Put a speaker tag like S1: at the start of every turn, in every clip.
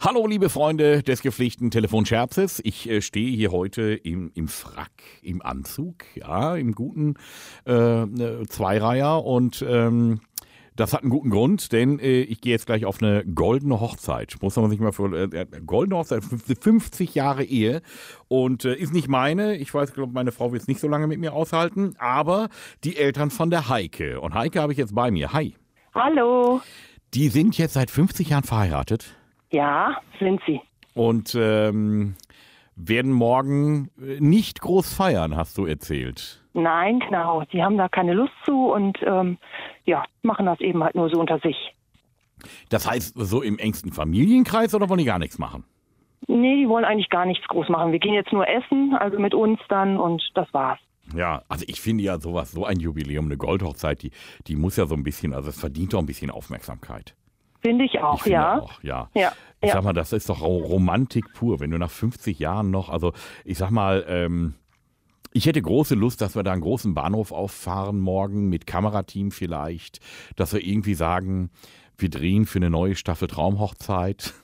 S1: Hallo, liebe Freunde des gepflegten Telefonscherzes. Ich äh, stehe hier heute im, im Frack, im Anzug, ja, im guten äh, äh, Zweireiher und ähm, das hat einen guten Grund, denn äh, ich gehe jetzt gleich auf eine goldene Hochzeit. Muss man sich mal vor, äh, goldene Hochzeit, 50 Jahre Ehe und äh, ist nicht meine. Ich weiß, glaub, meine Frau wird es nicht so lange mit mir aushalten, aber die Eltern von der Heike und Heike habe ich jetzt bei mir. Hi,
S2: Hallo.
S1: die sind jetzt seit 50 Jahren verheiratet.
S2: Ja, sind Sie.
S1: und ähm, werden morgen äh, nicht groß feiern, hast du erzählt.
S2: Nein, genau. Die haben da keine Lust zu und ähm, ja, machen das eben halt nur so unter sich.
S1: Das heißt, so im engsten Familienkreis oder wollen die gar nichts machen?
S2: Nee, die wollen eigentlich gar nichts groß machen. Wir gehen jetzt nur essen, also mit uns dann und das war's.
S1: Ja, also ich finde ja sowas, so ein Jubiläum, eine Goldhochzeit, die, die muss ja so ein bisschen, also es verdient doch ein bisschen Aufmerksamkeit.
S2: Finde ich auch,
S1: Ich finde
S2: ja.
S1: Auch, ja.
S2: Ja,
S1: Ich
S2: ja.
S1: sag mal, das ist doch Ro- Romantik pur, wenn du nach 50 Jahren noch, also ich sag mal, ähm, ich hätte große Lust, dass wir da einen großen Bahnhof auffahren morgen mit Kamerateam vielleicht, dass wir irgendwie sagen, wir drehen für eine neue Staffel Traumhochzeit.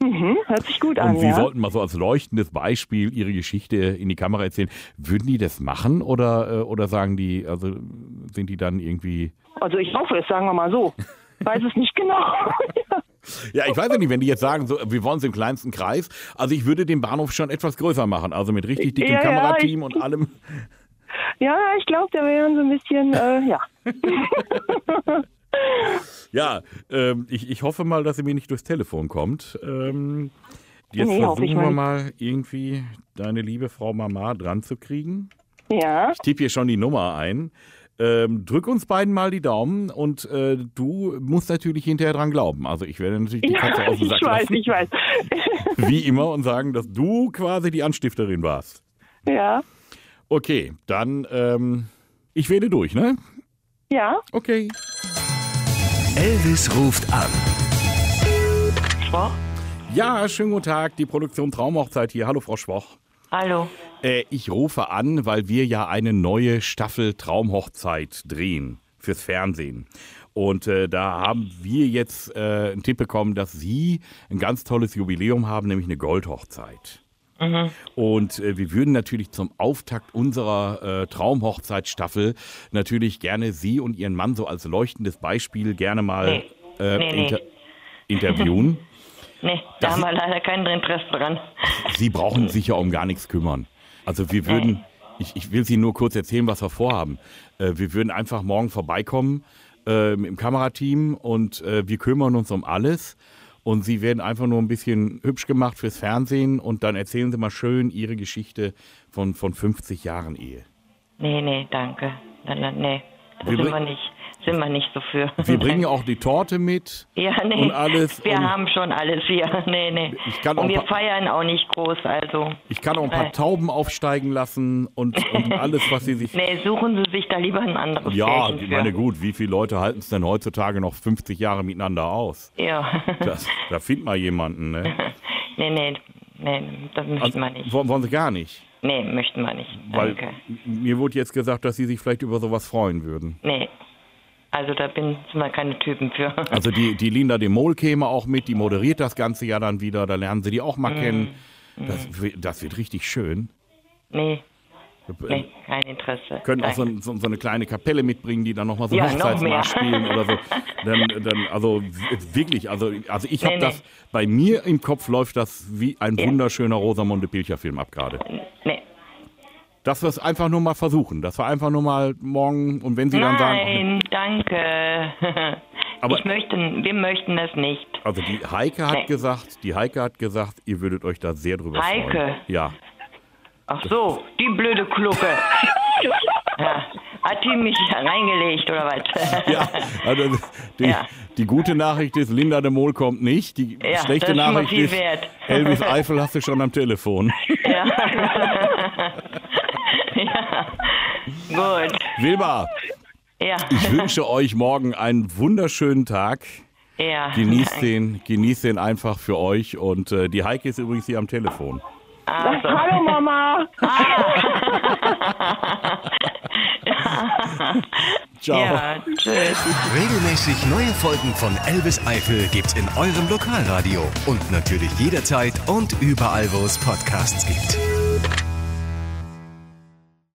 S2: Mhm, hört sich gut an,
S1: Und Sie
S2: ja.
S1: sollten mal so als leuchtendes Beispiel Ihre Geschichte in die Kamera erzählen. Würden die das machen oder, äh, oder sagen die, also sind die dann irgendwie.
S2: Also ich hoffe es, sagen wir mal so. Weiß es nicht genau.
S1: Ja, ich weiß ja nicht, wenn die jetzt sagen, so, wir wollen es im kleinsten Kreis. Also ich würde den Bahnhof schon etwas größer machen. Also mit richtig dickem
S2: Ja, ja,
S1: Kamerateam und allem.
S2: ja, ich glaube, da wären so ein bisschen, äh, ja.
S1: Ja, ähm, ich, ich hoffe mal, dass sie mir nicht durchs Telefon kommt. Ähm, jetzt
S2: Nee, hoffe
S1: versuchen
S2: ich
S1: wir
S2: mal.
S1: mal irgendwie deine liebe Frau Mama dran zu kriegen.
S2: Ja,
S1: tippe hier schon die Nummer ein. Ähm, drück uns beiden mal die Daumen und äh, du musst natürlich hinterher dran glauben. Also ich werde natürlich die Katze
S2: ja
S1: aus dem
S2: ich
S1: Sack
S2: weiß,
S1: lassen,
S2: ich weiß.
S1: wie immer, und sagen, dass du quasi die Anstifterin warst.
S2: Ja,
S1: Okay, dann ähm, ich wähle durch, ne?
S2: ja.
S1: Okay.
S3: Elvis ruft an.
S1: Ja, schönen guten Tag, die Produktion Traumhochzeit hier. Hallo Frau Schwoch.
S4: Hallo.
S1: Äh, ich rufe an, weil wir ja eine neue Staffel Traumhochzeit drehen fürs Fernsehen. Und äh, da haben wir jetzt äh, einen Tipp bekommen, dass Sie ein ganz tolles Jubiläum haben, nämlich eine Goldhochzeit.
S4: Mhm.
S1: Und äh, wir würden natürlich zum Auftakt unserer äh, Traumhochzeitsstaffel natürlich gerne Sie und Ihren Mann so als leuchtendes Beispiel gerne mal
S4: Nee.
S1: äh,
S4: Nee, nee.
S1: inter interviewen.
S4: Nee, da
S1: Das-
S4: haben wir leider kein Interesse dran.
S1: Sie brauchen sich ja um gar nichts kümmern. Also wir würden, ich, ich will Sie nur kurz erzählen, was wir vorhaben. Äh, wir würden einfach morgen vorbeikommen äh, mit dem Kamerateam und äh, wir kümmern uns um alles. Und Sie werden einfach nur ein bisschen hübsch gemacht fürs Fernsehen und dann erzählen Sie mal schön Ihre Geschichte von, von 50 Jahren Ehe.
S4: Nee, nee, danke. Dann, dann, nee, da
S1: Wir
S4: sind wir
S1: bring-
S4: nicht, sind wir nicht so für.
S1: Wir bringen ja auch die Torte mit.
S4: ja, nee,
S1: und alles
S4: Wir
S1: und-
S4: haben schon alles hier. Nee, nee.
S1: Ich kann auch
S4: und wir
S1: pa-
S4: feiern auch nicht groß, also.
S1: Ich kann auch ein paar
S4: Nee.
S1: Tauben aufsteigen lassen und, und alles, was Sie sich
S4: Nee, suchen Sie sich da lieber ein anderes
S1: Ja,
S4: Pärchen
S1: ich
S4: für.
S1: meine gut, wie viele Leute halten es denn heutzutage noch 50 Jahre miteinander aus?
S4: Ja.
S1: Das, da findet mal jemanden, ne?
S4: nee, nee, nee, das möchten
S1: Also,
S4: wir nicht.
S1: wollen, wollen sie gar nicht.
S4: Nee, möchten wir nicht.
S1: Weil
S4: Danke.
S1: mir wurde jetzt gesagt, dass sie sich vielleicht über sowas freuen würden.
S4: Nee. Also da bin, sind wir keine Typen für.
S1: Also die, die Linda de Mol käme auch mit, die moderiert das Ganze ja dann wieder, da lernen sie die auch
S4: Mm.
S1: mal kennen. Das, wi- das wird richtig schön.
S4: nee,
S1: Äh,
S4: nee, kein Interesse.
S1: Können auch so,
S4: Danke.
S1: ein- so, so eine kleine Kapelle mitbringen, die dann nochmal so ein
S4: Ja, noch mehr.
S1: Hochzeitsmarsch spielen oder so. Dann, dann, also w- wirklich, also, also ich habe
S4: Nee, nee.
S1: das, bei mir im Kopf läuft das wie ein
S4: Ja.
S1: wunderschöner Rosamunde Pilcher-Film ab gerade.
S4: Nee.
S1: Dass wir es einfach nur mal versuchen, dass wir einfach nur mal morgen und wenn Sie dann sagen, ach,
S4: Nein, danke.
S1: Aber-
S4: ich möchte, wir möchten das nicht.
S1: also die Heike hat
S4: Nee.
S1: gesagt, die Heike hat gesagt, ihr würdet euch da sehr drüber freuen.
S4: Heike?
S1: Ja.
S4: Ach so, die blöde Klucke. ja. Hat die mich reingelegt oder was?
S1: Ja, also die,
S4: Ja.
S1: die gute Nachricht ist, Linda de Mol kommt nicht. Die
S4: Ja,
S1: schlechte
S4: das ist schon mal
S1: Nachricht
S4: viel
S1: ist,
S4: wert.
S1: Elvis Eifel hast du schon am Telefon.
S4: Gut.
S1: Wilma,
S4: Ja,
S1: ich wünsche euch morgen einen wunderschönen Tag.
S4: ja.
S1: Genießt den, genießt den einfach für euch. Und äh, die Heike ist übrigens hier am Telefon.
S2: Hallo Mama.
S1: Ciao.
S4: Ja, tschüss.
S3: Regelmäßig neue Folgen von Elvis Eifel gibt's in eurem Lokalradio und natürlich jederzeit und überall, wo es Podcasts gibt.